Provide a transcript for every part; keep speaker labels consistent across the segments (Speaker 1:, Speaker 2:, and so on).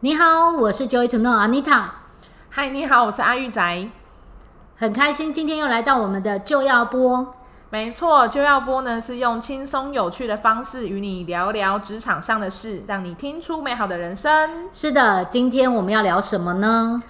Speaker 1: 你好，我是 Joy to Know Anita，
Speaker 2: 嗨，你好，我是阿玉仔。
Speaker 1: 很开心今天又来到我们的就要播。
Speaker 2: 没错，就要播呢，是用轻松有趣的方式与你聊聊职场上的事，让你听出美好的人生。
Speaker 1: 是的，今天我们要聊什么呢？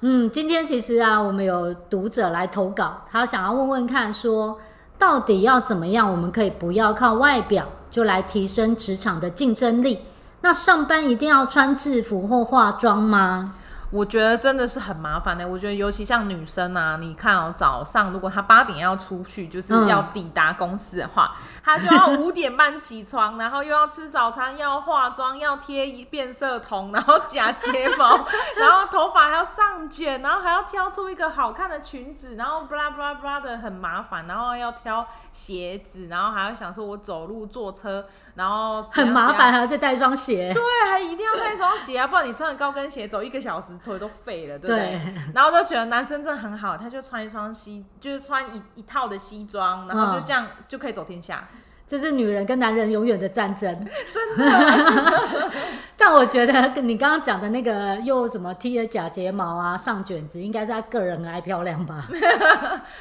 Speaker 1: 嗯，今天其实啊，我们有读者来投稿，他想要问问看说，到底要怎么样，我们可以不要靠外表就来提升职场的竞争力？那上班一定要穿制服或化妆吗？
Speaker 2: 我觉得真的是很麻烦的、欸我觉得尤其像女生啊，你看哦，早上如果她八点要出去，就是
Speaker 1: 嗯
Speaker 2: 要抵达公司的话，她就要五点半起床，然后又要吃早餐，要化妆，要贴一变色瞳，然后假睫毛，然后头发还要上卷，然后还要挑出一个好看的裙子，然后布拉布拉布拉的很麻烦，然后要挑鞋子，然后还要想说我走路坐车，然后怎
Speaker 1: 很
Speaker 2: 样
Speaker 1: 麻
Speaker 2: 怎样
Speaker 1: 烦，还要再带一双鞋。
Speaker 2: 对，还一定要带一双鞋啊，不然你穿着高跟鞋走一个小时，腿都废了，对不对？
Speaker 1: 对
Speaker 2: 然后就觉得男生真的很好，他就穿一双西，就是穿一一套的西装，然后就这样、
Speaker 1: 嗯
Speaker 2: 就可以走天下。
Speaker 1: 这是女人跟男人永远的战争。
Speaker 2: 真的，啊
Speaker 1: 但我觉得跟你刚刚讲的那个又什么贴了假睫毛啊、上卷子，应该是她个人来漂亮 吧？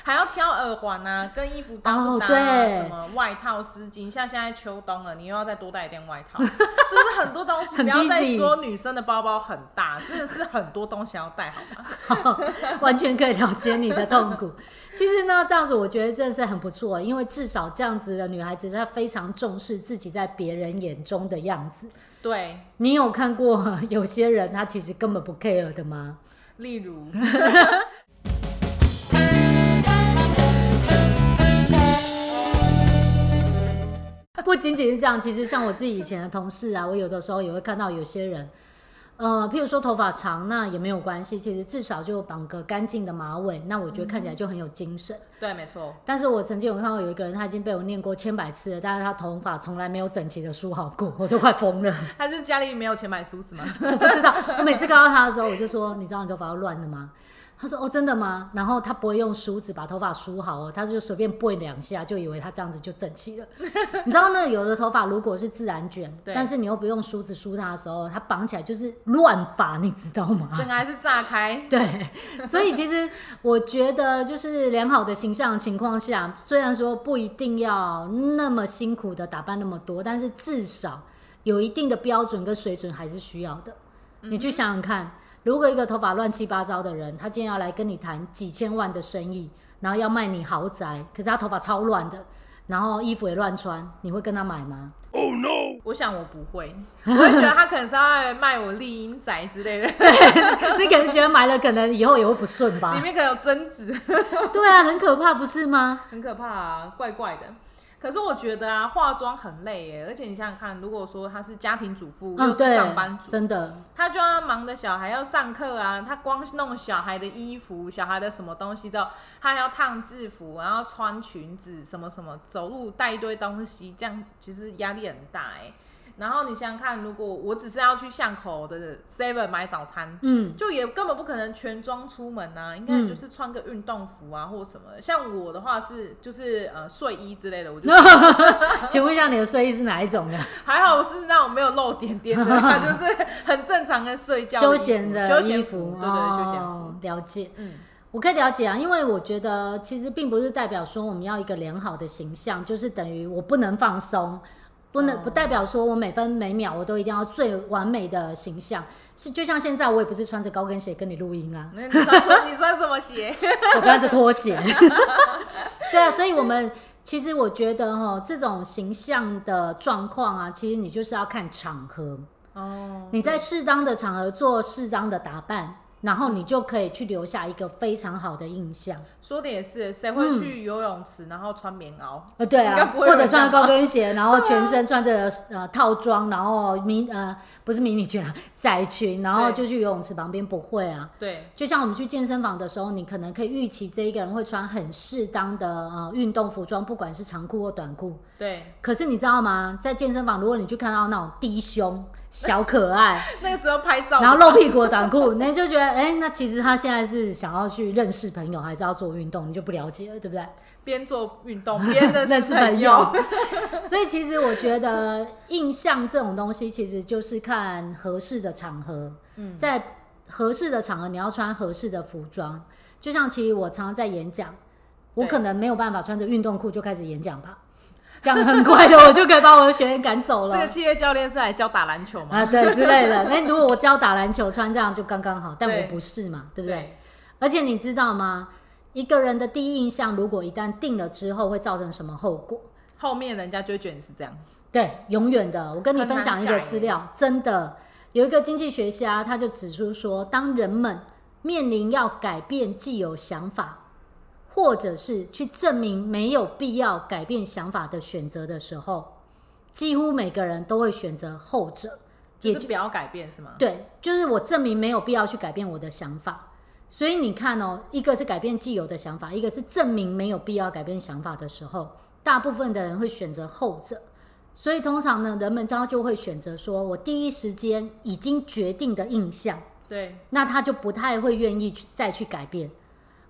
Speaker 2: 还要挑耳环啊，跟衣服搭
Speaker 1: 哦
Speaker 2: 不搭、啊
Speaker 1: 对
Speaker 2: 什么外套、丝巾，像现在秋冬了，你又要再多带一件外套，是 不是很多东西？
Speaker 1: 很
Speaker 2: 不要再
Speaker 1: busy
Speaker 2: 说女生的包包很大，真的是很多东西要带，好吗？
Speaker 1: 完全可以了解你的痛苦。其实呢，这样子我觉得真的是很不错，因为至少这样子的女孩子，她非常重视自己在别人眼中的样子。
Speaker 2: 对，
Speaker 1: 你有看过有些人她其实根本不 care 的吗？
Speaker 2: 例如。
Speaker 1: 不仅仅是这样，其实像我自己以前的同事啊，我有的时候也会看到有些人，呃，譬如说头发长，那也没有关系，其实至少就绑个干净的马尾，那我觉得看起来就很有精神。
Speaker 2: 对，没错，
Speaker 1: 但是我曾经有看到有一个人，他已经被我念过千百次了，但是他头发从来没有整齐的梳好过， 我都快疯了。
Speaker 2: 还是家里没有钱买梳子吗？
Speaker 1: 我 不知道，我每次看到他的时候，我就说：“你知道你头发要乱了吗？”他说：“哦，真的吗？”然后他不会用梳子把头发梳好哦，他就随便拨两下，就以为他这样子就整齐了。你知道那有的头发如果是自然卷，
Speaker 2: 对
Speaker 1: 但是你又不用梳子梳它的时候，它绑起来就是乱发，你知道吗？
Speaker 2: 整个还是炸开。
Speaker 1: 对，所以其实我觉得，就是良好的形象的情况下，虽然说不一定要那么辛苦的打扮那么多，但是至少有一定的标准跟水准还是需要的。
Speaker 2: 嗯
Speaker 1: 你去想想看，如果一个头发乱七八糟的人，他今天要来跟你谈几千万的生意，然后要卖你豪宅，可是他头发超乱的，然后衣服也乱穿，你会跟他买吗？
Speaker 2: 我想我不会，我会觉得他可能是要来卖我丽英仔之类的，
Speaker 1: 你可能觉得买了，可能以后也会不顺
Speaker 2: 里
Speaker 1: 吧？
Speaker 2: 面可能有贞子，
Speaker 1: 对啊，很可怕，不是吗？
Speaker 2: 很可怕啊，怪怪的。可是我觉得啊，化妆很累耶，而且你想想看，如果说他是家庭主妇，
Speaker 1: 嗯，
Speaker 2: 又是
Speaker 1: 对
Speaker 2: 上班，族，
Speaker 1: 真的，
Speaker 2: 他就要忙着小孩要上课啊，他光弄小孩的衣服、小孩的什么东西都，他还要烫制服，然后穿裙子什么什么，走路带一堆东西，这样其实压力很大哎、然后你想想看，如果我只是要去巷口的 Seven 买早餐，
Speaker 1: 嗯。
Speaker 2: 就也根本不可能全装出门呐、啊，应该
Speaker 1: 嗯
Speaker 2: 就是穿个运动服啊或什么的。像我的话是就是呃睡衣之类的，我就
Speaker 1: 请问一下，你的睡衣是哪一种的？
Speaker 2: 还好是那种没有露点 点的，就是很正常的睡觉
Speaker 1: 休
Speaker 2: 衣服
Speaker 1: 闲的
Speaker 2: 休
Speaker 1: 衣
Speaker 2: 闲
Speaker 1: 服，
Speaker 2: 对对对，休闲服
Speaker 1: 哦。了解，
Speaker 2: 嗯，
Speaker 1: 我可以了解啊，因为我觉得其实并不是代表说我们要一个良好的形象，就是等于我不能放松，不
Speaker 2: 嗯
Speaker 1: 能、不代表说我每分每秒我都一定要最完美的形象。是就像现在，我也不是穿着高跟鞋跟你录音啊，
Speaker 2: 那你穿 你穿什么鞋？
Speaker 1: 我穿着拖鞋。 对啊，所以我们其实我觉得哈，这种形象的状况啊，其实你就是要看场合。
Speaker 2: 哦，
Speaker 1: 你在适当的场合做适当的打扮，然后你就可以去留下一个非常好的印象。
Speaker 2: 说的也是，谁会去游泳池然后穿棉袄？
Speaker 1: 呃，对
Speaker 2: 应该
Speaker 1: 啊，
Speaker 2: 不会有
Speaker 1: 或者
Speaker 2: 人这
Speaker 1: 穿
Speaker 2: 样
Speaker 1: 着高跟鞋，然后
Speaker 2: 啊
Speaker 1: 全身穿着、呃套装，然后迷呃不是迷你裙啊，窄裙，然后
Speaker 2: 对
Speaker 1: 就去游泳池旁边，不会啊。
Speaker 2: 对，
Speaker 1: 就像我们去健身房的时候，你可能可以预期这一个人会穿很适当的呃运动服装，不管是长裤或短裤。
Speaker 2: 对，
Speaker 1: 可是你知道吗？在健身房，如果你去看到那种低胸、小可爱，
Speaker 2: 那个只有拍照，
Speaker 1: 然后露屁股的短裤，那你就觉得，哎、那其实他现在是想要去认识朋友，还是要做运动，你就不了解了，对不对？
Speaker 2: 边做运动 边
Speaker 1: 认
Speaker 2: 认
Speaker 1: 识
Speaker 2: 识
Speaker 1: 朋
Speaker 2: 朋
Speaker 1: 友
Speaker 2: 友。
Speaker 1: 所以其实我觉得印象这种东西，其实就是看合适的场合。嗯，在合适的场合，你要穿合适的服装。就像其实我常常在演讲，我
Speaker 2: 对
Speaker 1: 可能没有办法穿着运动裤就开始演讲吧，这样很快的我就可以把我的学员赶走
Speaker 2: 这个
Speaker 1: 了。
Speaker 2: 企业教练是来教打篮球吗？
Speaker 1: 啊，对之类的。那如果我教打篮球穿这样就刚刚好，但
Speaker 2: 对
Speaker 1: 我不是嘛，对不对？而且你知道吗？一个人的第一印象，如果一旦定了之后，会造成什么后果？
Speaker 2: 后面人家就会觉得你是这样，
Speaker 1: 对，永远的。我跟你
Speaker 2: 很难
Speaker 1: 分享一个
Speaker 2: 改
Speaker 1: 资料，真的有一个经济学家，他就指出说，当人们面临要改变既有想法，或者是去证明没有必要改变想法的选择的时候，几乎每个人都会选择后者，也
Speaker 2: 就是不要改变是吗？
Speaker 1: 对，就是我证明没有必要去改变我的想法。所以你看哦，一个是改变既有的想法，一个是证明没有必要改变想法的时候，大部分的人会选择后者。所以通常呢，人们他就会选择说，我第一时间已经决定的印象，
Speaker 2: 对
Speaker 1: 那他就不太会愿意去再去改变。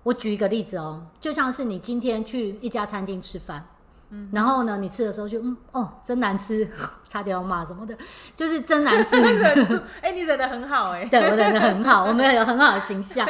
Speaker 1: 我举一个例子哦，就像是你今天去一家餐厅吃饭，嗯，然后呢，你吃的时候就嗯哦，真难吃， 差点要骂什么的，就是真难吃。
Speaker 2: 哎、你忍得很好哎、
Speaker 1: 对我忍得很好，我们有很好的形象，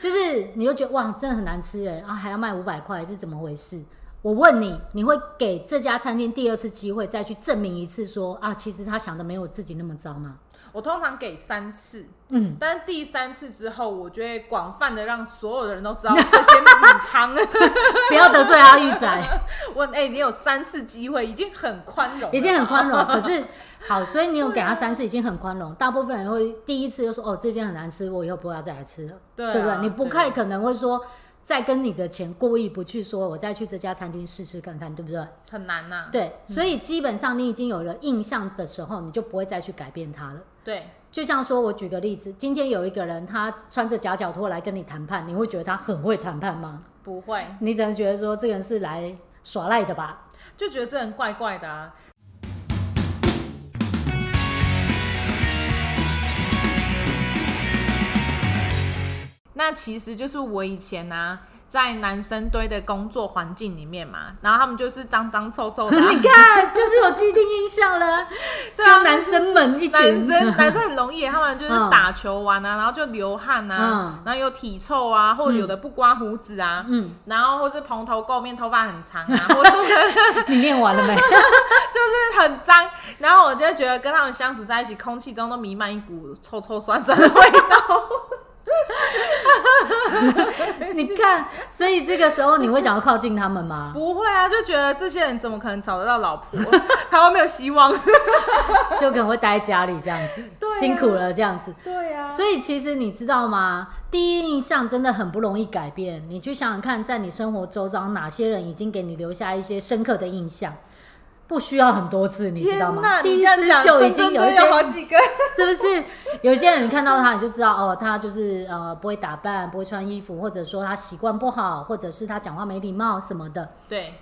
Speaker 1: 就是你就觉得哇，真的很难吃哎啊，还要卖五百块是怎么回事？我问你，你会给这家餐厅第二次机会再去证明一次说啊，其实他想的没有自己那么糟吗？
Speaker 2: 我通常给三次，
Speaker 1: 嗯，
Speaker 2: 但是第三次之后，我就会广泛的让所有的人都知道这间面很汤。
Speaker 1: 不要得罪阿玉仔，
Speaker 2: 我哎、你有三次机会，已经很宽容了，
Speaker 1: 已经很宽容。可是好，所以你有给他三次，已经很宽容。大部分人会第一次就说哦，这间很难吃，我以后不要再来吃了，
Speaker 2: 对啊
Speaker 1: 不对？你不
Speaker 2: 对
Speaker 1: 太可能会说再跟你的钱故意不去说，我再去这家餐厅试试看看，对不对？
Speaker 2: 很难啊呐、
Speaker 1: 对，所以基本上你已经有了印象的时候，你就不会再去改变它了。
Speaker 2: 对
Speaker 1: 就像说，我举个例子，今天有一个人他穿着夹脚拖来跟你谈判，你会觉得他很会谈判吗？
Speaker 2: 不会，
Speaker 1: 你只能觉得说这个人是来耍赖的吧？
Speaker 2: 就觉得这人怪怪的啊。那其实就是我以前啊，在男生堆的工作环境里面嘛，然后他们就是脏脏臭臭的啊、
Speaker 1: 你看，就是有既定印象了，
Speaker 2: 对啊
Speaker 1: 就男生们一
Speaker 2: 男
Speaker 1: 群，
Speaker 2: 生男生很容易，他们就是打球完啊，然后就流汗啊，
Speaker 1: 嗯
Speaker 2: 然后有体臭啊，或者有的不刮胡子啊，
Speaker 1: 嗯，
Speaker 2: 然后或是蓬头垢面，头发很长啊，或是 可能
Speaker 1: 你念完了没？
Speaker 2: 就是很脏。然后我就觉得跟他们相处在一起，空气中都弥漫一股臭臭酸酸的味道。
Speaker 1: 你看，所以这个时候你会想要靠近他们吗？
Speaker 2: 不会啊，就觉得这些人怎么可能找得到老婆？ 台湾没有希 望。
Speaker 1: 就可能会待在家里这样子，
Speaker 2: 对啊
Speaker 1: 辛苦了这样子。
Speaker 2: 对啊，
Speaker 1: 所以其实你知道吗？第一印象真的很不容易改变。你去想想看，在你生活周遭，哪些人已经给你留下一些深刻的印象，不需要很多次，你知道
Speaker 2: 天
Speaker 1: 吗？
Speaker 2: 你
Speaker 1: 第一
Speaker 2: 这样
Speaker 1: 次
Speaker 2: 讲
Speaker 1: 就已
Speaker 2: 真
Speaker 1: 经
Speaker 2: 真
Speaker 1: 有一
Speaker 2: 的
Speaker 1: 些，
Speaker 2: 好几个。
Speaker 1: 是不是？有些人看到他，你就知道哦，他就是呃不会打扮，不会穿衣服，或者说他习惯不好，或者是他讲话没礼貌什么的。
Speaker 2: 对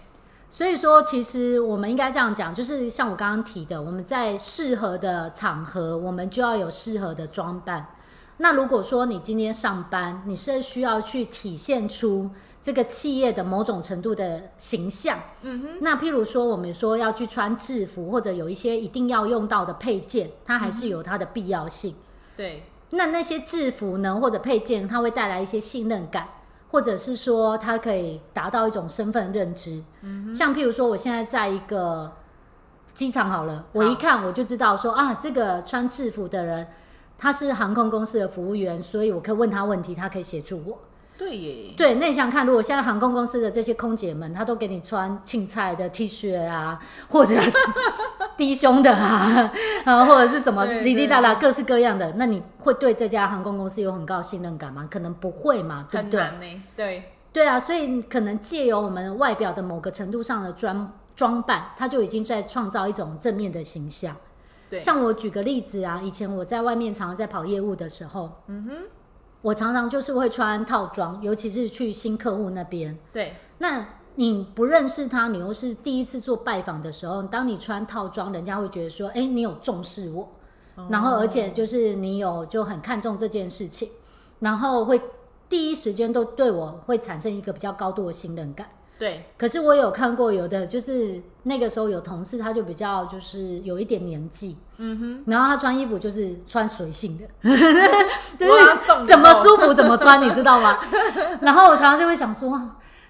Speaker 1: 所以说，其实我们应该这样讲，就是像我刚刚提的，我们在适合的场合，我们就要有适合的装扮。那如果说你今天上班，你是需要去体现出这个企业的某种程度的形象，嗯哼。那譬如说，我们说要去穿制服，或者有一些一定要用到的配件，它还是有它的必要性。
Speaker 2: 对，
Speaker 1: 那那些制服呢，或者配件，它会带来一些信任感，或者是说它可以达到一种身份认知。像譬如说，我现在在一个机场好了，我一看我就知道说啊，这个穿制服的人他是航空公司的服务员，所以我可以问他问题，他可以协助我。
Speaker 2: 对耶，
Speaker 1: 对，那你想看，如果现在航空公司的这些空姐们，她都给你穿青菜的 T 恤啊，或者 低胸的啊， 啊，或者是什么
Speaker 2: 对
Speaker 1: 哩哩啦啦各式各样的，那你会对这家航空公司有很高的信任感吗？可能不会嘛，对不
Speaker 2: 很
Speaker 1: 对？
Speaker 2: 难呢。对
Speaker 1: 对啊，所以可能借由我们外表的某个程度上的装装扮，它就已经在创造一种正面的形象。
Speaker 2: 对，
Speaker 1: 像我举个例子啊，以前我在外面常常在跑业务的时候，嗯哼，我常常就是会穿套装，尤其是去新客户那边。
Speaker 2: 对
Speaker 1: 那你不认识他，你又是第一次做拜访的时候，当你穿套装，人家会觉得说：“哎、你有重视我。”然后而且就是你有就很看重这件事情，然后会第一时间都对我会产生一个比较高度的信任感。
Speaker 2: 对，
Speaker 1: 可是我有看过有的，就是那个时候有同事，他就比较就是有一点年纪，
Speaker 2: 嗯哦
Speaker 1: 然后他穿衣服就是穿随性的，就
Speaker 2: 哇送
Speaker 1: 是
Speaker 2: 你
Speaker 1: 怎么
Speaker 2: 哦
Speaker 1: 舒服怎么 穿，你知道吗？然后我常常就会想说，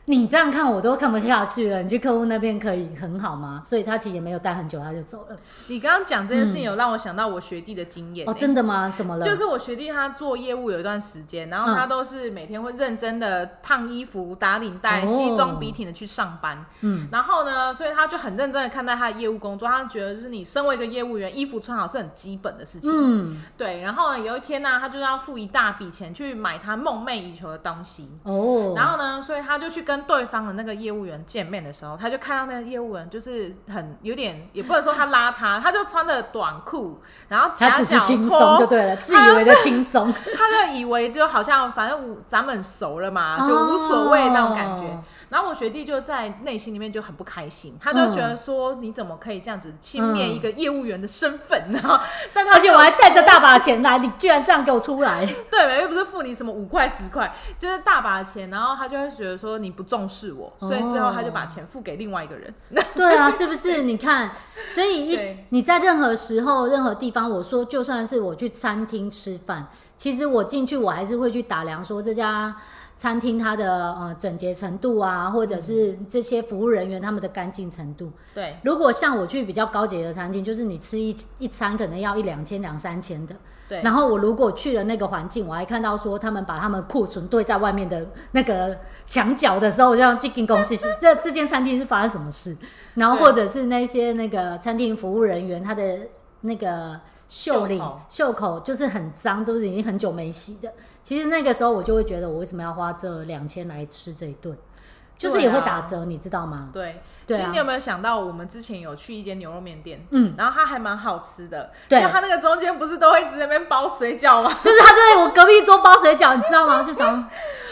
Speaker 1: 你这样看我都看不下去了，你去客户那边可以很好吗？所以他其实也没有待很久，他就走了。
Speaker 2: 哼，你刚刚讲这件事情有让我想到我学弟的经验、
Speaker 1: 嗯哦，
Speaker 2: 欸
Speaker 1: 真的吗？怎么了？
Speaker 2: 就是我学弟他做业务有一段时间，然后他
Speaker 1: 嗯
Speaker 2: 都是每天会认真的烫衣服、打领带、
Speaker 1: 哦
Speaker 2: 西装笔挺的去上班。
Speaker 1: 嗯，
Speaker 2: 然后呢，所以他就很认真的看待他的业务工作，他觉得就是你身为一个业务员，衣服穿好是很基本的事情。
Speaker 1: 嗯，
Speaker 2: 对。然后呢，有一天呢、他就要付一大笔钱去买他梦寐以求的东西。
Speaker 1: 哦，
Speaker 2: 然后呢，所以他就去跟对方的那个业务员见面的时候，他就看到那个业务员就是很有点，也不能说他邋遢，他就穿着短裤，然后
Speaker 1: 他
Speaker 2: 夹
Speaker 1: 只是
Speaker 2: 脚
Speaker 1: 轻松
Speaker 2: 拖
Speaker 1: 就，对了，自以为的轻松，
Speaker 2: 他就以为就好像反正我咱们很熟了嘛，就
Speaker 1: 哦
Speaker 2: 无所谓那种感觉。然后我学弟就在内心里面就很不开心，他就觉得说你怎么可以这样子轻蔑一个业务员的身份？ 然后，但他
Speaker 1: 而且我还带
Speaker 2: 带
Speaker 1: 着大把钱来，你居然这样给我出来，
Speaker 2: 对，又不是付你什么五块十块，就是大把钱，然后他就会觉得说你不重视我，
Speaker 1: 哦
Speaker 2: 所以最后他就把钱付给另外一个人。
Speaker 1: 对啊，是不是？你看，所以一
Speaker 2: 对
Speaker 1: 你在任何时候、任何地方，我说就算是我去餐厅吃饭，其实我进去我还是会去打量说这家餐厅它的呃整洁程度啊，或者是这些服务人员他们的干净程度。
Speaker 2: 对
Speaker 1: 如果像我去比较高级的餐厅，就是你吃一一餐可能要一两千、两三千的，
Speaker 2: 对，
Speaker 1: 然后我如果去了那个环境，我还看到说他们把他们库存堆在外面的那个墙角的时候，我就要进公 司，这这间餐厅是发生什么事？然后
Speaker 2: 对
Speaker 1: 或者是那些那个餐厅服务人员他的那个袖领
Speaker 2: 袖口、
Speaker 1: 袖口就是很脏，都是已经很久没洗的。其实那个时候我就会觉得，我为什么要花这两千来吃这一顿？就是也会
Speaker 2: 对啊
Speaker 1: 打折，你知道吗？
Speaker 2: 对，
Speaker 1: 对
Speaker 2: 其实
Speaker 1: 啊
Speaker 2: 你有没有想到，我们之前有去一间牛肉面店，
Speaker 1: 嗯，
Speaker 2: 然后它还蛮好吃的，
Speaker 1: 对
Speaker 2: 就它那个中间不是都会一直在那边包水饺吗？
Speaker 1: 就是他就在我隔壁桌包水饺，你知道吗？就想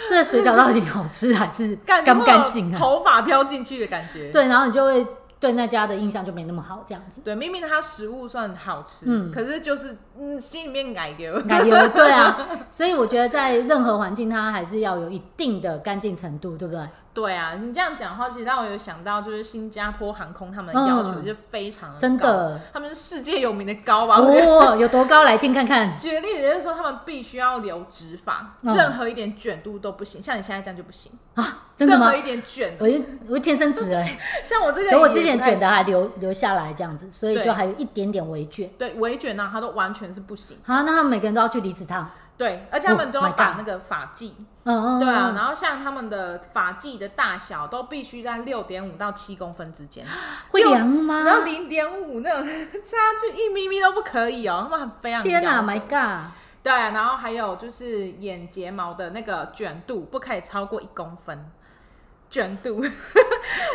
Speaker 1: 这水饺到底好吃还是
Speaker 2: 干
Speaker 1: 干不干净啊？
Speaker 2: 头发飘进去的感觉。
Speaker 1: 对，然后你就会对那家的印象就没那么好，这样子。
Speaker 2: 对，明明它食物算好吃，
Speaker 1: 嗯
Speaker 2: 可是就是嗯心里面矮的。
Speaker 1: 奶油对啊，所以我觉得在任何环境，它还是要有一定的干净程度，对不对？
Speaker 2: 对啊，你这样讲的话，其实让我有想到，就是新加坡航空他们的要求
Speaker 1: 嗯
Speaker 2: 就是非常高
Speaker 1: 真，的
Speaker 2: 他们是世界有名的高吧？我觉得
Speaker 1: 哦，有多高来听看看。
Speaker 2: 举个例子就是说，他们必须要留直发，
Speaker 1: 嗯
Speaker 2: 任何一点卷度都不行，像你现在这样就不行，
Speaker 1: 啊真的
Speaker 2: 任
Speaker 1: 吗
Speaker 2: 何？一点卷
Speaker 1: 我
Speaker 2: 的，
Speaker 1: 是我是天生直哎，
Speaker 2: 像我这个
Speaker 1: 可我
Speaker 2: 也
Speaker 1: 之前
Speaker 2: 不太
Speaker 1: 卷的啊
Speaker 2: 行，
Speaker 1: 还留留下来这样子，所以
Speaker 2: 对
Speaker 1: 就还有一点点微卷。
Speaker 2: 对微卷啊，它都完全是不行。
Speaker 1: 好，那他们每个人都要去离子烫。
Speaker 2: 对，而且他们都
Speaker 1: 哦
Speaker 2: 要
Speaker 1: ，my God
Speaker 2: 打那个发髻，
Speaker 1: 嗯嗯，
Speaker 2: 对啊，
Speaker 1: 嗯，
Speaker 2: 然后像他们的发髻的大小都必须在六点五到七公分之间，
Speaker 1: 会凉吗？
Speaker 2: 然后零点五那种差距一咪咪都不可以哦，他们很非常
Speaker 1: 天哪
Speaker 2: 哪
Speaker 1: ，My God！
Speaker 2: 对，然后还有就是眼睫毛的那个卷度不可以超过一公分，卷度，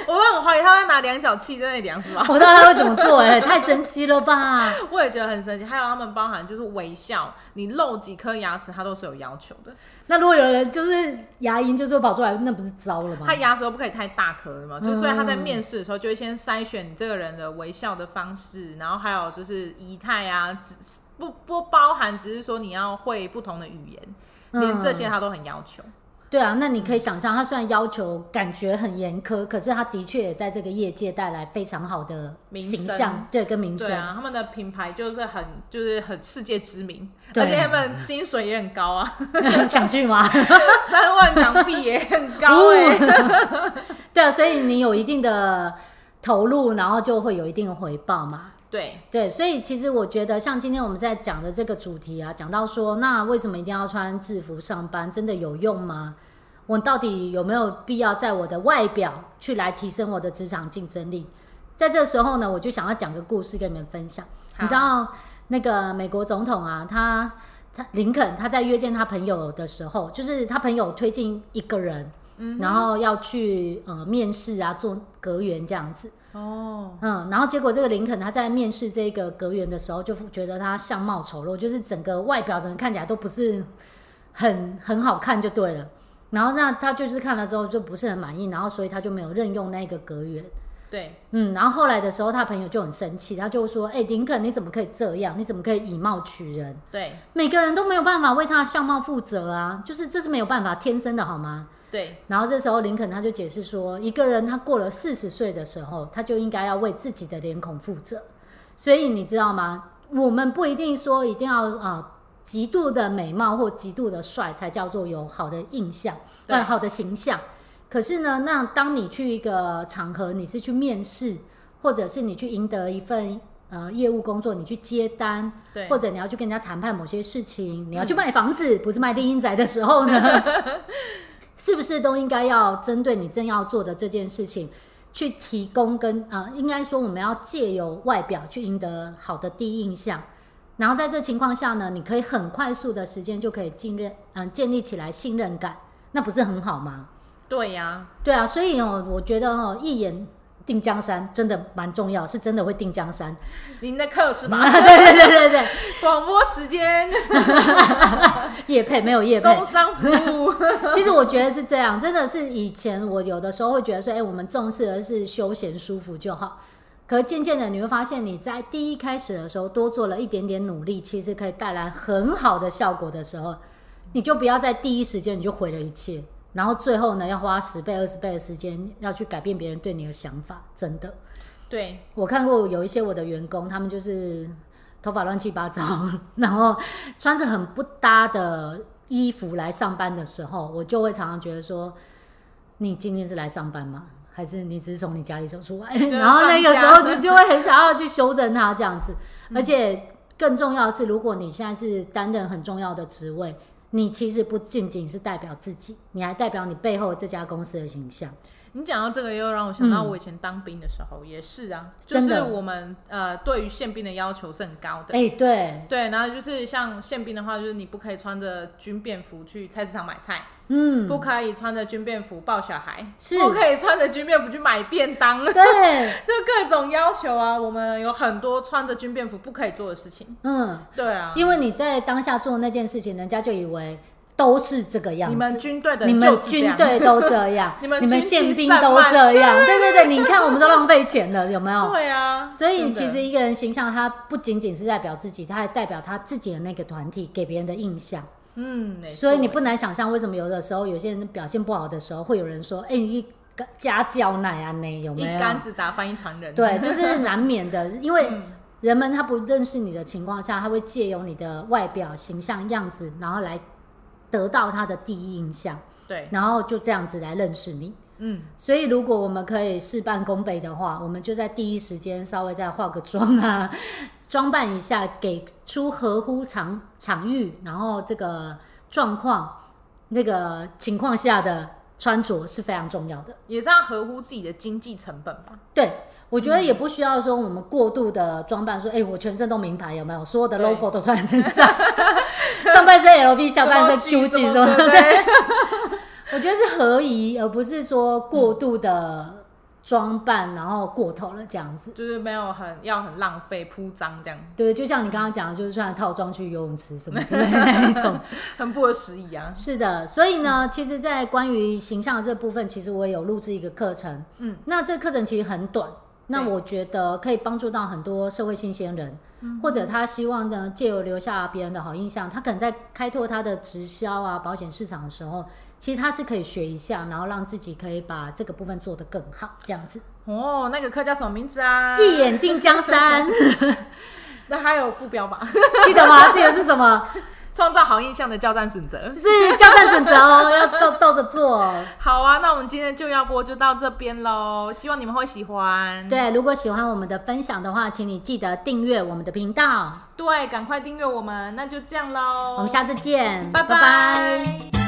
Speaker 2: 我都很怀疑他会拿量角器在那里量是吧？
Speaker 1: 我不知道他会怎么做哎，太神奇了吧！
Speaker 2: 我也觉得很神奇，还有他们包含就是微笑，你露几颗牙齿，它都是有要求的。
Speaker 1: 那如果有人就是牙龈就是跑出来，那不是糟了吗
Speaker 2: 他？牙齿都不可以太大颗的嘛，就
Speaker 1: 嗯
Speaker 2: 所以他在面试的时候就会先筛选你这个人的微笑的方式，然后还有就是仪态啊，只不不包含，只是说你要会不同的语言，
Speaker 1: 嗯
Speaker 2: 连这些他都很要求。
Speaker 1: 对啊，那你可以想象，他虽然要求感觉很严苛，可是他的确也在这个业界带来非常好的
Speaker 2: 名
Speaker 1: 形
Speaker 2: 声
Speaker 1: 象，对，跟名
Speaker 2: 对
Speaker 1: 声。
Speaker 2: 啊，他们的品牌就是很就是很世界知名，
Speaker 1: 对
Speaker 2: 而且他们薪水也很高啊，
Speaker 1: 想去吗？
Speaker 2: 三万港币也很高哎、
Speaker 1: 对啊，所以你有一定的投入，然后就会有一定的回报嘛。
Speaker 2: 对
Speaker 1: 对，所以其实我觉得，像今天我们在讲的这个主题啊，讲到说，那为什么一定要穿制服上班？真的有用吗？我到底有没有必要在我的外表去来提升我的职场竞争力？在这时候呢，我就想要讲个故事跟你们分享。
Speaker 2: 好
Speaker 1: 你知道那个美国总统啊，他他林肯他在约见他朋友的时候，就是他朋友推荐一个人，然后要去呃面试啊，做隔员这样子。
Speaker 2: 哦，
Speaker 1: 嗯，然后结果这个林肯他在面试这个阁员的时候，就觉得他相貌丑陋，就是整个外表整个看起来都不是很很好看就对了。然后那他就是看了之后就不是很满意，然后所以他就没有任用那个阁员。
Speaker 2: 对，
Speaker 1: 嗯，然后后来的时候，他朋友就很生气，他就说：“哎、林肯，你怎么可以这样？你怎么可以以貌取人？
Speaker 2: 对，
Speaker 1: 每个人都没有办法为他的相貌负责啊，就是这是没有办法，天生的好吗？”
Speaker 2: 对，
Speaker 1: 然后这时候林肯他就解释说，一个人他过了四十岁的时候，他就应该要为自己的脸孔负责。所以你知道吗？我们不一定说一定要啊、极度的美貌或极度的帅才叫做有好的印象，
Speaker 2: 对
Speaker 1: 呃，好的形象。可是呢，那当你去一个场合，你是去面试，或者是你去赢得一份呃业务工作，你去接单，
Speaker 2: 对，
Speaker 1: 或者你要去跟人家谈判某些事情，你要去卖房子，不是卖电音宅的时候呢，是不是都应该要针对你正要做的这件事情，去提供跟啊、应该说我们要借由外表去赢得好的第一印象。然后在这情况下呢，你可以很快速的时间就可以进任，嗯、建立起来信任感，那不是很好吗？
Speaker 2: 对呀、
Speaker 1: 对啊，所以哦，我觉得哦，一眼定江山真的蛮重要，是真的会定江山。
Speaker 2: 您的课是吧？
Speaker 1: 对对对对对，
Speaker 2: 广播时间，
Speaker 1: 叶配没有叶配
Speaker 2: 工，商 服务，
Speaker 1: 其实我觉得是这样，真的是以前我有的时候会觉得说，哎、我们重视的是休闲舒服就好。可渐渐的，你会发现你在第一开始的时候多做了一点点努力，其实可以带来很好的效果的时候，你就不要在第一时间你就毁了一切，然后最后呢要花十倍二十倍的时间要去改变别人对你的想法，真的。
Speaker 2: 对，
Speaker 1: 我看过有一些我的员工，他们就是头发乱七八糟， 然后穿着很不搭的衣服来上班的时候，我就会常常觉得说，你今天是来上班吗？还是你只是从你家里走出来？
Speaker 2: 是
Speaker 1: 然后那个时候
Speaker 2: 放假
Speaker 1: 就
Speaker 2: 嗯
Speaker 1: 就会很想要去修正它这样子，而且更重要的是，如果你现在是担任很重要的职位。你其实不仅仅是代表自己，你还代表你背后这家公司的形象。
Speaker 2: 你讲到这个，又让我想到
Speaker 1: 嗯
Speaker 2: 我以前当兵的时候、也是啊，就
Speaker 1: 真的
Speaker 2: 是我们呃对于宪兵的要求是很高的。
Speaker 1: 哎、对，
Speaker 2: 对，然后就是像宪兵的话，就是你不可以穿着军便服去菜市场买菜，
Speaker 1: 嗯，
Speaker 2: 不可以穿着军便服抱小孩，
Speaker 1: 是
Speaker 2: 不可以穿着军便服去买便当， 就
Speaker 1: 对，
Speaker 2: 各种要求啊。我们有很多穿着军便服不可以做的事情。
Speaker 1: 嗯，
Speaker 2: 对啊，
Speaker 1: 因为你在当下做那件事情，人家就以为都是这个样子。
Speaker 2: 你们军队的
Speaker 1: 你
Speaker 2: 人
Speaker 1: 们
Speaker 2: 就是这
Speaker 1: 军
Speaker 2: 样
Speaker 1: 队都这样
Speaker 2: ，你们
Speaker 1: 你们
Speaker 2: 军纪
Speaker 1: 宪兵
Speaker 2: 散
Speaker 1: 都
Speaker 2: 漫
Speaker 1: 这 样，对对对，你看我们都浪费钱了，有没有？
Speaker 2: 对啊，
Speaker 1: 所以其
Speaker 2: 真的
Speaker 1: 实一个人形象，他不仅仅是代表自己，他还代表他自己的那个团体给别人的印象。
Speaker 2: 嗯，没
Speaker 1: 所以
Speaker 2: 错
Speaker 1: 你不难想象，为什么有的时候有些人表现不好的时候，会有人说：“哎、你一个家教奶啊，你有没
Speaker 2: 一
Speaker 1: 有？”
Speaker 2: 竿子打翻一船人。
Speaker 1: 对，就是难免的，因为
Speaker 2: 嗯
Speaker 1: 人们他不认识你的情况下，他会借由你的外表、形象、样子，然后来得到他的第一印象，
Speaker 2: 对，
Speaker 1: 然后就这样子来认识你。
Speaker 2: 嗯，
Speaker 1: 所以，如果我们可以事半功倍的话，我们就在第一时间稍微再化个妆啊，装扮一下，给出合乎场场域，然后这个状况、那个情况下的穿着是非常重要的。
Speaker 2: 也是要合乎自己的经济成本吧。
Speaker 1: 对，我觉
Speaker 2: 嗯
Speaker 1: 得也不需要说我们过度的装扮，说哎、诶我全身都名牌，有没有？所有的
Speaker 2: 对
Speaker 1: logo 都穿在身上， 上半身 LV，下半身
Speaker 2: 什么
Speaker 1: GUCCI 什
Speaker 2: 什
Speaker 1: 么
Speaker 2: 么
Speaker 1: 的
Speaker 2: 对不对？
Speaker 1: 我觉得是合宜，而不是说过度的装扮，然后过头了这样子。
Speaker 2: 就是没有很要很浪费铺张这样，
Speaker 1: 对，就像你刚刚讲的，就是穿着套装去游泳池什么之类的那一种。
Speaker 2: 很不合时宜啊。
Speaker 1: 是的，所以呢，其实，在关于形象的这部分，其实我也有录制一个课程。
Speaker 2: 嗯，
Speaker 1: 那这个课程其实很短，那
Speaker 2: 对
Speaker 1: 我觉得可以帮助到很多社会新鲜人，
Speaker 2: 嗯
Speaker 1: 或者他希望呢借由留下别人的好印象，他可能在开拓他的直销啊、保险市场的时候，其实他是可以学一下，然后让自己可以把这个部分做得更好，这样子
Speaker 2: 哦，那个课叫什么名字啊？
Speaker 1: 一眼定江山，
Speaker 2: 那还有副标吧，
Speaker 1: 记得吗？记得是什么？
Speaker 2: 创造好印象的交战准则。
Speaker 1: 是交战准则哦，要照照着做哦。
Speaker 2: 好啊，那我们今天就要播就到这边喽，希望你们会喜欢。
Speaker 1: 对，如果喜欢我们的分享的话，请你记得订阅我们的频道。
Speaker 2: 对，赶快订阅我们，那就这样喽，
Speaker 1: 我们下次见，
Speaker 2: 拜拜